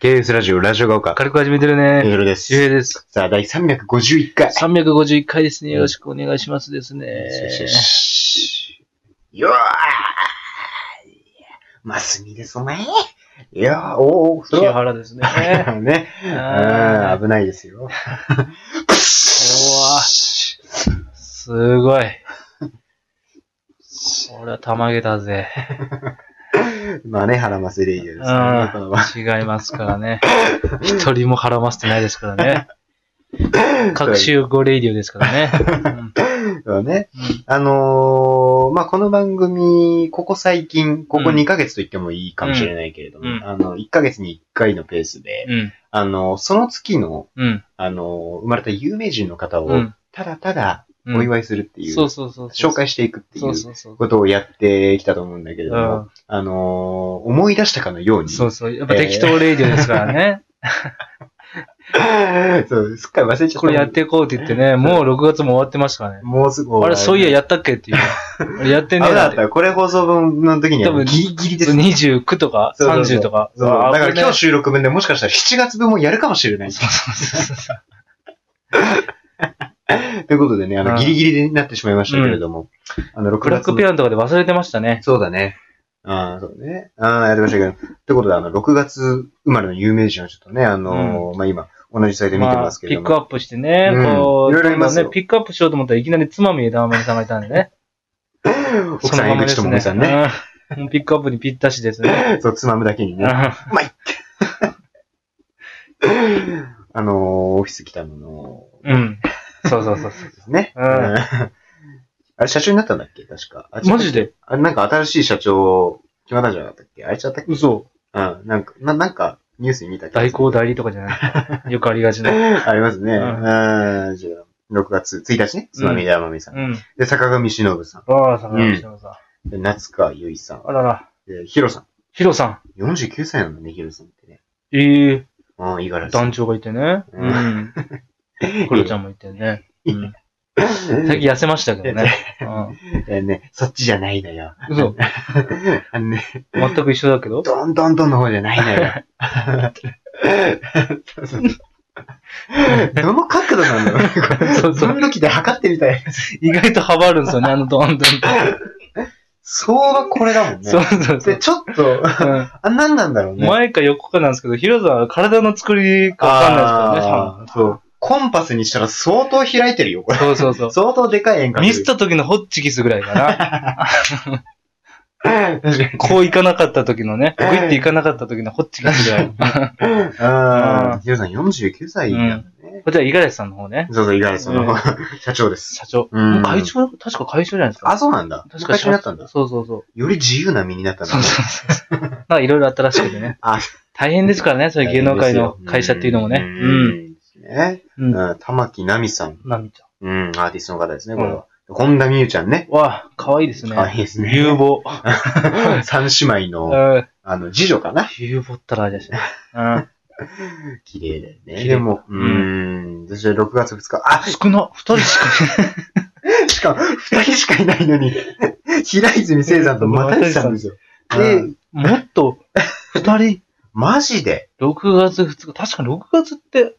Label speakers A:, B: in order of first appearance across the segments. A: KS ラジオ、ラジオが丘。
B: 軽く始めてる
A: ゆうひ
B: ね。
A: ろで
B: ゆうへ
A: す。
B: いです。
A: さあ、第351回。
B: 351回ですね。よろしくお願いしますですね。
A: よしよしよーマスミです、お前。いやー、おーおー、そ
B: 清
A: れは。
B: 原 ですね。
A: ね。
B: あー
A: うん危ないですよ。
B: すごい。これはたまげたぜ。
A: まあね、原マスレイディオ
B: う
A: ですからねこの
B: ん
A: 番。
B: 違いますからね。一人も腹ませてないですか らね。各週5レイディオですからね。うん
A: 組はね。
B: うん
A: あのー、まあ、この番組、ここ最近、ここ
B: うん
A: 2ヶ月と言ってもいいかもしれないけれども、
B: うん
A: あの、1ヶ月に1回のペースで、
B: うん。
A: あの、その月の、
B: うん。
A: あの、生まれた有名人の方
B: う
A: を、
B: ん。
A: ただただ
B: うん
A: お祝いするっていう、
B: そうそうそうそう。
A: 紹介していくってい
B: そううそうそう。
A: ことをやってきたと思うんだけれども、あの、思い出したかのように、
B: そうそう。やっぱ適当レイディオですからね。
A: そうすっかり忘れちゃった。
B: これやっていこうって言ってね、もう6月も終わってましたからね。
A: もうすぐ。
B: あれ、そういや、
A: や
B: やったっ けっていう。俺やって
A: 危
B: ね
A: な
B: え
A: か
B: なっ。
A: ってた。これ放送分の時に
B: 多
A: は
B: 分
A: ギリギリです。
B: 29とか
A: そうそうそう
B: 30とか。
A: そう
B: あ
A: だから今日
B: 危
A: 収録分でもしかしたら7月分もやるかもしれない。ということでね、あ
B: う
A: の、
B: ん
A: ギリギリになってしまいましたけれども、あの、6
B: ねブラッ
A: 月
B: ク
A: の
B: ペアンとかで忘れてましたね。
A: そうだね。ああ、そうね。ああ、やってましたけど。ってことで、あの、6月生まれの有名人をちょっとね、あのーまあ、今、同じサイト見て
B: ま
A: ま
B: あ
A: すけれ
B: ピ
A: ど
B: ッ
A: も。
B: クアップしてね、
A: うん
B: こう、
A: いろいろありますよ
B: ね、ピックアップしようと思ったらいきなりつまみ枝豆さんがいたんでね。
A: 奥さん、江口
B: そ
A: 智美
B: のままです
A: さんね。。
B: うんもうピックアップにぴったしで すね。
A: そう、つまむだけに
B: うん
A: ね。あのーオフィス来たのの、
B: うん。そうそうそうそう。
A: ですね。
B: うん
A: あれ、社長になったんだっけ確か。あ
B: マジで
A: あれ、なんか新しい社長、決まったんじゃなかったっけあれちゃったっけ
B: 嘘。
A: うん、なんか、ななんか、ニュースに見たけど
B: 代行代理とかじゃ ない。よくありがちな。うん。
A: ありますね。
B: う
A: うん、じゃあ、6月1日ね、つまみで天海さん。で、坂上忍さん。
B: ああ、坂上忍さん。
A: で夏川由衣さん。
B: あらら。
A: で、ヒロさ
B: ヒロさ
A: ん。49歳なんだね、ヒロさんってね。
B: ん。ええ
A: うん、いがらしい。
B: 団長がいてね。
A: う
B: うん。クロちゃんもいてね。うん。最近痩せましたけどね。
A: えね、そっちじゃないのよ。
B: うん。嘘。
A: あのね、
B: 全く一緒だけど。
A: どんどんどんの方じゃないのよ。 どの角度なんだろうねこれ
B: そうそう
A: 分度器で測ってみたい。
B: 意外と幅あるんですよね、あのドンドンって。
A: 相場これだもん
B: そう
A: ね。
B: そうそ
A: で、
B: う。
A: ちょっと、
B: うん
A: あ、なんなんだろうね。
B: 前か横かなんですけど、ヒロさんは体の作りかわかんないですから
A: あ
B: ね
A: ーそう。コンパスにしたら相当開いてるよ、こ
B: 多
A: れ。
B: 分、そうそうそ
A: 相当でかい円
B: う。
A: 角。
B: ミスった時のホッチキスぐらいかな。
A: 確かに。
B: こういかなかった時のね、グイっていかなかった時のホッチキスぐらい。
A: あ
B: う
A: あ、ヒロさん49歳なんだね。
B: こちら、五十嵐さんの方ね、
A: そうそう、意外とその、
B: う
A: 社長です。
B: 社長。
A: うん
B: もう会長、確か会長じゃないですか。
A: あ、そうなんだ。
B: 確か
A: 昔になったんだ。
B: そうそうそう。
A: より自由な身になったんだ
B: そう。そうそうそう。なんかいろいろあったらしくてね。
A: あ
B: 大変ですからね、そういう芸能界の会社っていうのもね。うん。
A: ん。ね。
B: うん。
A: うん玉木奈美さん。
B: なみちゃん。
A: うん、アーティストの方ですね、これは。本田美優ちゃんね。
B: わあ、かわいいですね。
A: 可愛いですね
B: 有望。
A: 三姉妹
B: う
A: の、
B: ん。
A: あの、次女かな。
B: 有望ったらあれだしね。うん。
A: 綺麗だよね。
B: 麗
A: でも、うん。そして6月2日。あ、
B: 少な、二人しか
A: しかも、2人しかいないのに、 平泉聖さんと又吉さんですよ。
B: いない。
A: で
B: うん、もっと、二人、
A: マジで。
B: 6月2日、確かに6月って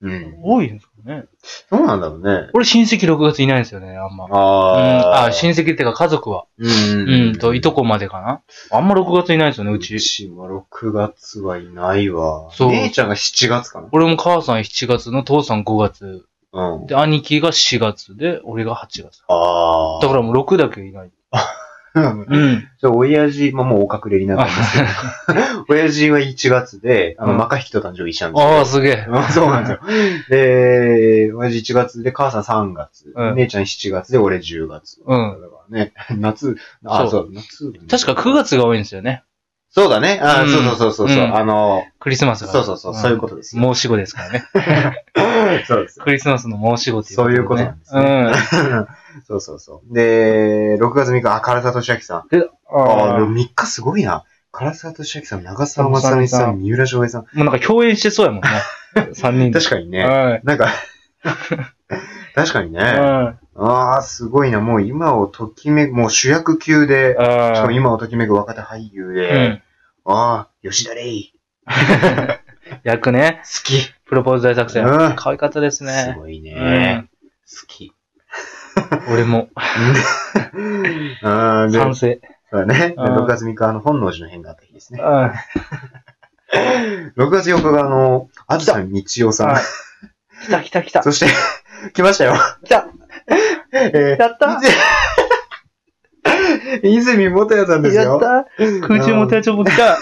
A: うん。
B: 多いんですかね。
A: そうなんだろうね。
B: 俺親戚6月いないんですよね、あんま。うん
A: あ
B: あ、親戚ってか家族は。
A: うん
B: うん、と、いとこまでかな。あんま6月いないんですよね、
A: う
B: うち
A: ち。。も6月はいないわ。
B: そう
A: 姉ちゃんが7月かな。
B: 俺も母さん7月の父さん5月。
A: うん。
B: で、兄貴が4月で、俺が8月。
A: ああ。
B: だからもう6だけいない。
A: ら、
B: うん。
A: そう、親父、まあ、もうお隠れになったんですけど、親父は1月で、あの、
B: うん
A: マカヒキと誕生日一緒なんですよ
B: ああ、すげえ。
A: うんそうなんですよ。で、親父1月で、母さん3月、
B: うん
A: 姉ちゃん7月で、俺10月。
B: うん。
A: だからね、夏、あ、そ、
B: そう
A: 夏、
B: 確か9。月が多いんですよね。
A: そうだね。あ、
B: うん
A: そうそうそうそうそう、
B: うん
A: あの、
B: クリスマスが。
A: そうそうそう、そういうことですよ。
B: と。申し子です からね。
A: そうです。
B: クリスマスの申し子っていう
A: そういうことなんですね そうそうそう。で、6月3日、あ、唐沢俊明さん。
B: うん。で、
A: あ
B: あ
A: あ、
B: あ、
A: で
B: も
A: も3日すごいな。唐沢俊明さん、長澤まさみさん、三浦翔平さん。
B: うなんか共演してそうやもんね。3人で。
A: 確かにね。
B: はい。
A: なんか、 確かにね。
B: うん。
A: ああ、すごいな。もう今をときめく、もう主役級で、しか
B: あ
A: も今をときめく若手俳優
B: う
A: で、
B: ん。
A: ああ、吉田レイ。
B: 役ね。
A: 好き。す
B: プロポーズ大作戦。
A: うん
B: 可愛かったですね。
A: ごい
B: うん
A: ね。好き。
B: 俺も
A: ああ、で、
B: 賛成。
A: そうだね。で
B: うん
A: 6月3日、あの、本能寺の変があった日です
B: う
A: ね
B: ん。。は
A: 6月4日が、あの、あずさん、日曜さん。
B: い来た来た来た。
A: そして、 来ましたよ。
B: 来た
A: え
B: やった
A: ー、 泉元也さんです
B: やっ
A: よ。
B: た空中元やちょっと来た。
A: あ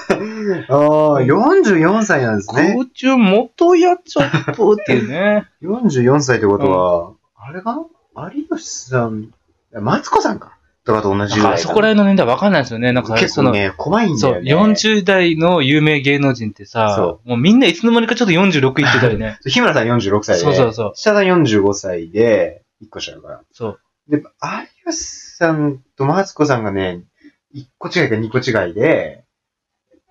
A: あ、44歳なんですね。
B: 空中元やちょっとっていうね。
A: 44歳ってことは、あれかな有吉さん、マツコさんかとかと 同じぐらいかな。
B: あそこら辺の年代わかんないですよね。なんか
A: 結
B: そ
A: 構
B: の、
A: ね、怖いんだ
B: そう、
A: よね。
B: 40代の有名芸能人ってさ
A: そ、
B: もうみんないつの間にかちょっと46いってたり ね。
A: 日村さん46歳で、
B: そうそうそう。
A: 下が45歳で、1個下だから。
B: そう。
A: で、有吉さんとマツコさんがね、1個違いか2個違いで、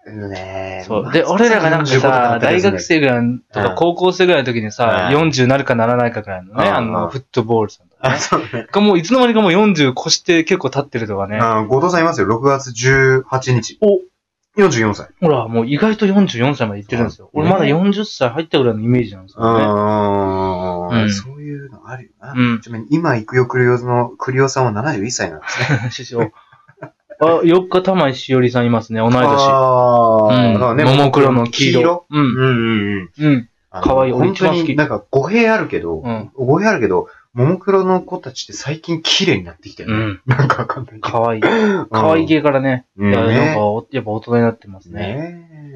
A: うんね
B: そうで、俺らがなんかさ、大学、生ぐらいのと
A: う
B: か
A: ん
B: 高校生ぐらいの時にさ、
A: うん
B: 40なるかならないかぐらいのね、
A: うん
B: あの、フットボールさんとか
A: マ
B: ね
A: ツコさんが45とかだったりするんだよあ、そうね。
B: がもういつの間にかもう40越して結構経ってるとかね。
A: あ後藤さんいますよ、6月18日。
B: お
A: 44歳。
B: ほら、もう意外と44歳までいってるんですよ。
A: そう
B: 俺
A: ね
B: まだ40歳入ったぐらいのイメージなんですよね。
A: あ
B: うん
A: ーそういうのあるよな。
B: うん。
A: ちなみに今行くよクリオの、クリオさんは71歳なんですね。
B: 師匠。あ、4日玉井しおりさんいますね、同い年。
A: あ
B: う
A: ー
B: ん。
A: だからね、
B: ももクロの黄
A: 黄
B: 色。
A: 色
B: う
A: うん
B: ん。
A: うんうん。
B: うん。
A: あの
B: 可愛い俺
A: 本
B: 一番
A: 当
B: 好き
A: になんか語弊あるけど、
B: うん
A: 語弊あるけど、ももクロの子たちって最近綺麗になってきたよ
B: う
A: ね。
B: ん。
A: なんかわかんないけど。
B: かわいい。かわいい系からね。
A: うん
B: いやなん
A: ね
B: か、おやっぱ大人になってますね。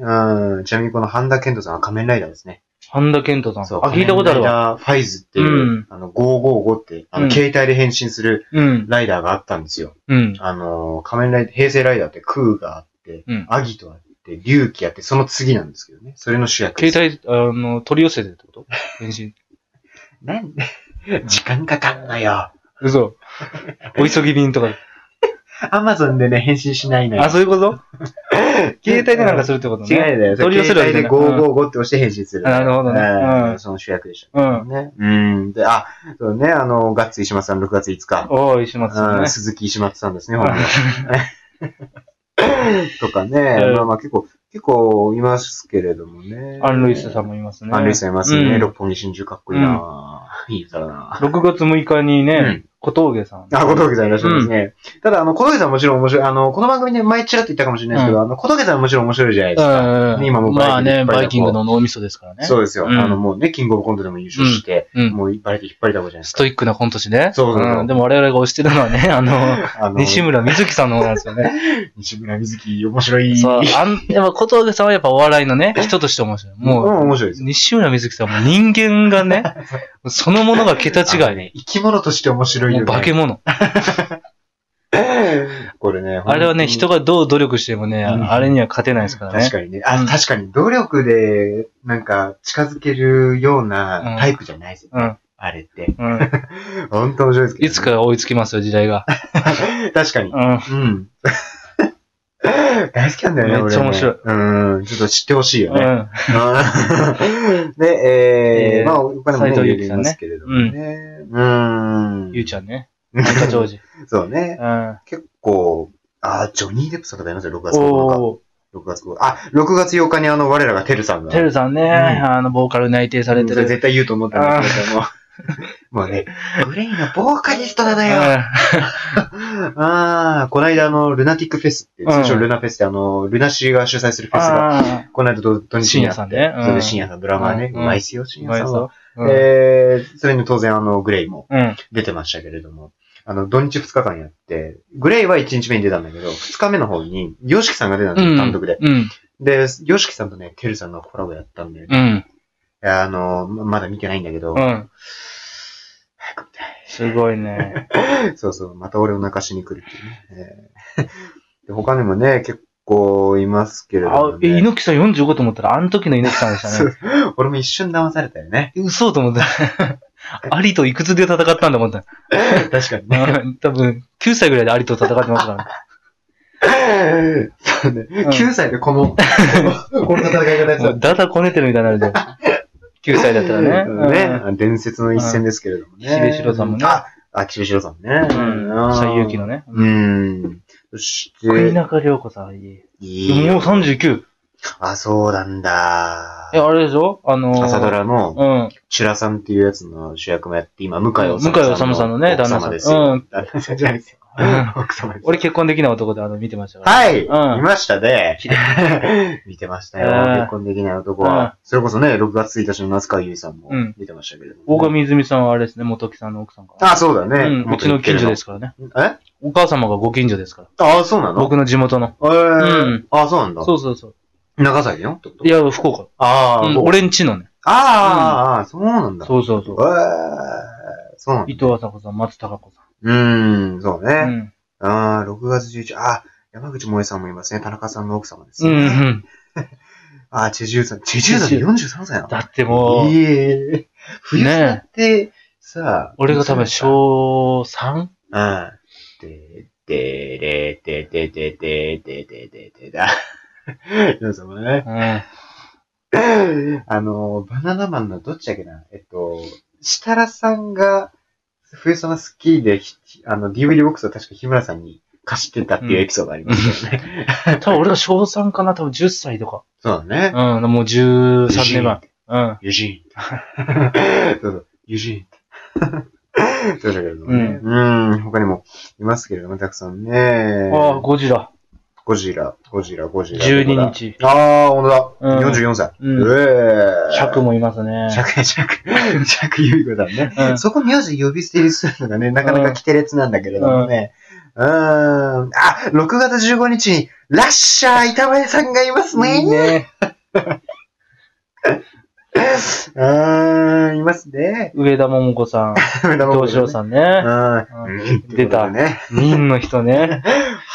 A: ねうん。ちなみにこの半田健人さんは仮面ライダーですね。
B: 半田健人さん。
A: そう。
B: あ、聞いたことあるわ。
A: わ。ファイズっていう、
B: うん
A: あの、555って、あ
B: うん
A: の、携帯で変身する
B: うん。
A: ライダーがあったんですよ。
B: うん。
A: あの、仮面ライダー、平成ライダーって空があって、
B: うん
A: アギトあって、龍騎あって、その次なんですけどね。それの主役です。
B: 携帯、あの、取り寄せてってこと返信。
A: なんで 時間かかんのよ。
B: 嘘。お急ぎ便とか。
A: アマゾンでね、返信しないのよ。
B: あ、そういうこと 携帯でなんかす
A: る
B: るってこと
A: 違う
B: ね。
A: だよ。
B: 取り寄せるわけ
A: 携
B: じゃ
A: 帯
B: な
A: で
B: い
A: 555って押して返信する。
B: あなるほどね
A: うん
B: うん
A: その主役でし
B: う
A: た
B: ん。
A: ね。うん。で、あ、そうね、あの、ガッツ石松さん6月5日。
B: おー、石松さん
A: うん
B: ね。
A: 鈴木石松さんですね、本名 とかね。
B: うん
A: まあまあ結構、結構いますけれどもね。
B: アン・ルイスさんもいますね。
A: アン・ルイさんいますね。
B: うん
A: 六本木新宿かっこいいな、ぁいい歌だなぁ
B: 6月6日に
A: う
B: ね
A: ん、
B: 小峠さん。
A: あ、小峠さんいらっしゃいますね。ただ、あの、小峠さんもちろん面白い。あの、この番組で前ちらっと言ったかもしれないですけど、あの、小峠さんもちろん面白いじゃないですか。
B: うん
A: 今もう
B: ま
A: バ
B: あ
A: イキングい
B: ね、
A: っぱいだ
B: バイキングの脳みそですからね。
A: そうですよ、
B: うん
A: あの、もうね、キングオブコントでも優勝して、
B: うん。
A: もうバレて引っ張りだこじゃないです
B: ス
A: か。
B: トイックなコント師ね。
A: そうそうそうん
B: でも我々が推してるの はね、あの、
A: あの、
B: 西村瑞希さんの方なんです よね。
A: 西村瑞希、面白い。
B: そう。あん、やっぱ小峠さんはやっぱお笑いのね、人として面白い。
A: もう、
B: もう、
A: 面白いですよ。
B: 西村瑞希さんはもう人間 がね、そのものが桁
A: あ
B: 違
A: の
B: い。
A: ね。生き物として面白い
B: も
A: よ
B: う
A: ね。
B: 化け物。
A: これね、
B: あれはね、人
A: が、
B: がどう努力してもね、
A: うん
B: あれには勝てないですからね
A: 確。かにね。あ、
B: うん
A: 確かに、努力で、なんか、近づけるよう
B: うん
A: なタイプじゃないですよ。
B: うん。
A: あれって。
B: うん。
A: 本当面白いですけど、
B: いつ。か追いつきますよ、時代が。
A: 確かに。
B: うん。
A: うん。 大好きなんだよね、
B: めっちゃ
A: 俺ね
B: 面白い。
A: うん。ちょっと知ってほしいよ
B: う
A: ね。
B: ん。
A: うんで、
B: え
A: えー、
B: ー
A: まあ、お金も
B: 斉藤
A: ね、
B: 由
A: 出
B: 貴
A: て
B: さん
A: ま
B: ね
A: すけれどもね。うん。
B: ゆうちゃんね。
A: ゃん
B: 赤ジョージ。
A: そうね。
B: うん。
A: 結構、あー、ジョニー・デップさんとかいますよ、6月9日。
B: お
A: 6月9日。あ、6月8日にあの、我らがテルさん
B: ー。
A: が。
B: てるさんね、
A: ん
B: あの、ボーカル内定されて
A: うん
B: る。
A: 絶対言うと思ったんだけども。 もうね、グレイのボーカリストなのよ。ああ、この間あの、ルナティックフェスって、通
B: う
A: 称
B: ん
A: ルナフェスってあの、ルナシーが主催するフェスが、
B: あ
A: この間土土日
B: 深
A: に
B: 夜
A: あって
B: さんねうん
A: それで深夜さん、ドラマーね、
B: う
A: うんまいっすよ、
B: ー。う
A: 深
B: ま
A: 夜
B: い
A: さんは
B: ぞ。。うん。
A: えー、それに当然あの、グレイも
B: うん。
A: 出てましたけれども、あの、土日2日間やって、グレイは1日目に出たんだけど、2日目の方に、ヨシキさんが出たんだ
B: う
A: よ、
B: ん
A: 単独で。
B: うん。
A: で、ヨシキさんとね、テルさんのコラボやったんで、い
B: うん。
A: やあの、ままだ見てないんだけど
B: う、ん。
A: 早く見たい。
B: すごいね。
A: そうそう、また俺を泣かしに来るっていうね。えーで他にもね、結構いますけれど
B: あ
A: も、、
B: え、
A: ね。
B: 猪木さん45と思ったら、あの時の猪木さんでした
A: そ
B: ね。
A: う俺も一瞬騙されたよ ね。
B: 嘘と思った。アリといくつで戦ったんだ 思った。
A: 確かにね。
B: 多分、9歳ぐらいでアリと戦ってますからね。
A: そうね9歳でこの、こんな戦い方やって
B: もうダダこねてるみたいになるで。9歳だったらね。
A: た。ね。伝説の一戦ですけれどもね。
B: 岸辺四郎さんもね
A: あ、あ岸辺四郎さんもね。
B: うん。最優輝のね。
A: うん。そし
B: 国
A: て、
B: 中涼子さん、いい。
A: いい
B: もう
A: よ
B: 39。
A: あ、そうなんだ。
B: え、あれでしょあのー、
A: 朝ドラの、
B: うん。
A: チュラさんっていうやつの主役もやって、今、向井治さん。
B: 向井治さんのね
A: 奥様です
B: う
A: よ
B: ん。
A: 旦那さんじゃないですよ
B: うん。
A: 奥様です。
B: 俺結婚できない男であの、見てましたから。
A: はい、
B: う
A: 見
B: ん
A: ましたね。 見てましたよ。
B: うん
A: 結婚できない男
B: うん
A: は。それこそね、6月1日の夏川優衣さんも
B: うん
A: 見てましたけれども
B: 大
A: ね、
B: 神泉さんはあれですね、元木さんの奥さんから。
A: あ、そうだね。
B: うん、うちの近所ですからね。
A: 元気の。え
B: お母様がご近所ですから。
A: あ、そうなの
B: 僕の地元の。
A: えー
B: うん
A: あ、そうなんだ。
B: そうそうそう。
A: 長崎のってこと
B: いや、福岡。
A: ああ、
B: うん
A: もう
B: 俺んちのね。
A: あーあー、あーそうなんだ。
B: そうそうそう。
A: えーそうなんだ。
B: 伊藤麻子さん、松たか子
A: うーん、そう
B: さん。う
A: ね。
B: ん。
A: ああ、6月11、ああ、山口萌さんもいますね。田中さんの奥様です
B: う
A: ね。
B: ん、うん。
A: ああ、チェジュさん。チェジュさんって43歳なの
B: だってもう、
A: いえいえ。冬さんって、さあ。
B: 俺が多分小 3?
A: うん。で、で、れ、で、で、で、で、で、で、で、で、 だ。どうぞね。
B: うん。
A: あの、バナナマンのどっちだっけなえっと、設楽さんが、冬様スッキリでひ、あの、DVD ボックスを確か日村さんに貸してたっていうエピソードがありますよ ね。
B: 多分俺が小3かな多分10歳とか。
A: そうだね。
B: うん、もう13年前。うん。
A: ユジーン。 そうそう、ユジーン。そうだけれどもね。うん、他にもいますけれども、たくさんね。
B: ああ、ゴジラ。
A: ゴジラ、ゴジラ、ゴジラ。
B: 12日。
A: ああ、ほんとだ。
B: うん
A: 44歳。
B: う
A: え
B: ん
A: え
B: 100。もいますね。
A: 100、100、100ゆ い子だね。
B: うん
A: そこ名字呼び捨てにするのがね、なかなか奇烈なんだけれどもね。うーん。あ、6月15日に、ラッシャー板前さんがいます
B: いい
A: ね。
B: ね。
A: うーん、いますね。
B: 上田桃子さん、
A: 伊
B: 伊藤翔さんね。
A: ん。うん。うん
B: 出た
A: ね。
B: 民の人ね。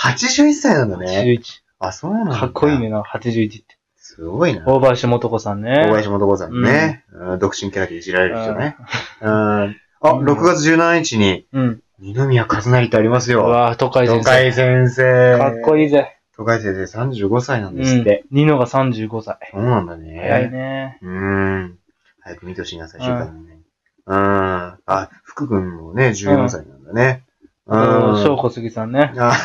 A: 81歳なんだね。
B: 81。
A: あ、そうなんだ。
B: かっこいい。ねな、81って。
A: すごいな。
B: 大林素子さんね。
A: 大林元子さんね、うん独身キャラでいじられる人ね。うん、あ、
B: うん
A: 6月17日に、
B: うん。
A: 二宮和也ってあります
B: う
A: よ。
B: わぁ、都会
A: 都
B: 先
A: 会先
B: 生。
A: 生。
B: かっこ
A: いい。
B: いいぜ。
A: 都会先生35歳なん
B: う
A: ですっ
B: ん
A: て。。
B: ニノが35歳。
A: そうなんだね。
B: 早いね。
A: うん。早く見てほしいな、最終回もね。うん。あ、福君もね、14歳なんだね。う
B: うん。翔
A: ん。
B: 小杉さんね。
A: あ、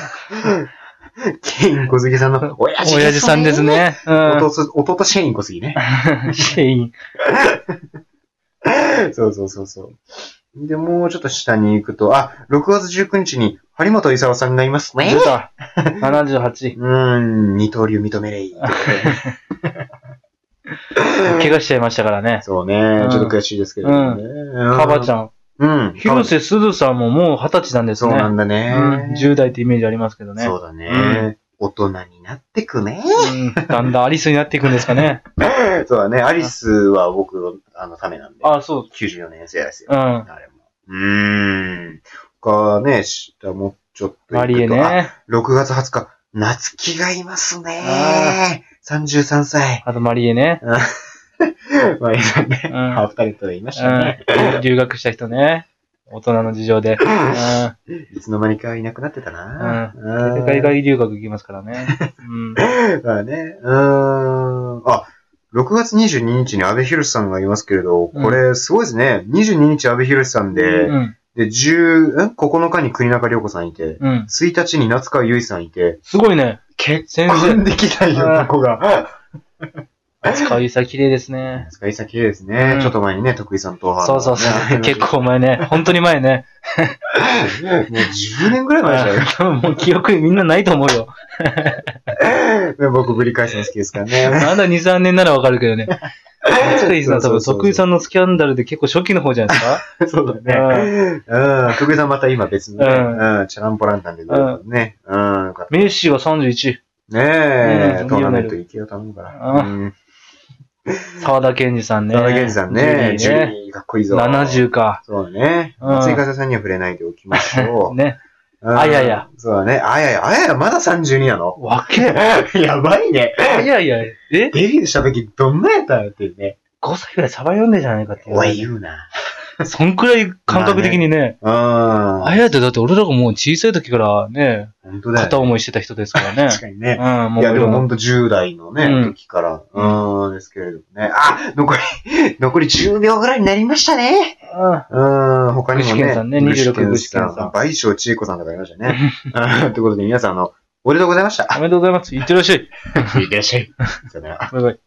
A: ケイン小杉さんの親父
B: 親父さんです。ね。うん
A: お。とす、おととシェイン小杉 ね。
B: シェイン。
A: そうそうそうそう。で、もうちょっと下に行くと、あ、6月19日に、張本勲さんがいますね
B: 出。た。78。
A: うーん、二刀流認めれい。
B: 怪我しちゃいましたからね。
A: そうね
B: う、ん
A: ちょっと悔しいですけれどもね。
B: カバち
A: ゃ
B: ゃん。
A: ん。うん。
B: 広瀬すずさんももう二十歳なんです
A: そう
B: ね。
A: なんだ
B: うん
A: ね。
B: 10代ってイメージありますけどね。
A: そうだね。大人になってくね。
B: うんだんだんアリスになっていくんですかね。
A: そうだね。アリスは僕のあのためなんで。
B: あ、そう。
A: 94年生ですよ。
B: うん。
A: あれも。うーん。他ね、下もうちょっと行くと。
B: マリエ
A: あ。
B: ね。
A: 6月20日、夏希がいます
B: あ
A: ね。33歳。
B: あとマリエね。
A: まあ、今ね
B: う、
A: ハー
B: ん。
A: フタレントでいましたね。
B: うん留学した人ね。大人の事情 で。う。
A: いつの間にかいなくなってたな。うんん
B: 海外留学行きますからね。うん。
A: まあね。うーん。あ、6月22日に安倍博さんがいますけれど、これすごいですね。22日安倍博さんで、
B: うん。
A: で、10、ん ?9 日に国中涼子さんいて、
B: うん。
A: 1日に夏川優衣さんいて、
B: すごいね。
A: 結
B: 全然。
A: 婚できない男が。
B: かゆさ綺麗ですね。
A: 夏川優衣さん綺麗ですね。
B: うん
A: ちょっと前にね、徳井さんと。
B: そうそう そう。 結
A: 構。
B: 構前ね。本当に前ね。
A: もう10年ぐらい前 だよ。
B: 多分もう記憶みんなないと思うよ。
A: ね僕、ぶり返すの好きですからね。
B: まだ2、3年ならわかるけどね。松井さん多分、 徳井さんのスキャンダルで結構初期の方じゃないですか
A: そうだね。うん。徳井さんまた今別のね、
B: うん
A: うん、チャランポランタンでどうだろうね。うん、よかっ
B: メッシは31、
A: た。ね
B: う
A: え、
B: ん
A: トーナメント行けよ、頼むから。
B: う
A: うん。
B: 沢田研二さんね。
A: 沢田健二さんね、
B: ジ
A: ジュ
B: ュリーね
A: リーかっこいいぞ。
B: 70。か。
A: そうだね。
B: うん
A: 松井風さんには触れないでおきましょう。
B: ね。
A: うん
B: あやや。
A: そうだね。あやや。あやや、まだ32な の
B: わけ。
A: やばいね。
B: いやいや、え
A: デビューした時どんなやったんやっていう ね。
B: ?5 歳ぐらいサバ読んでんじゃないかっていう。
A: おい、言うな。
B: そんくらい感覚的にね。
A: うん。
B: あやってだって俺らがもう小さい時からね、
A: 本当だよね。
B: 片思いしてた人ですから ね。
A: 確かにね。
B: うん、も
A: いうや、でもほ
B: も
A: んと10代のね、
B: うん
A: 時から、うーん、ですけれどもね。あ残り、 残り10秒ぐらいになりましたね。うーん、他にもね。
B: 具志堅さんね26
A: 具志堅
B: 具志堅さん
A: 倍賞千恵子さんとかいましたね。うんということで皆さん、あの、
B: おめでとうございました。
A: おめでとうございます。いってらっしゃい。
B: いってらっしゃい。さよなら。
A: バイバイ。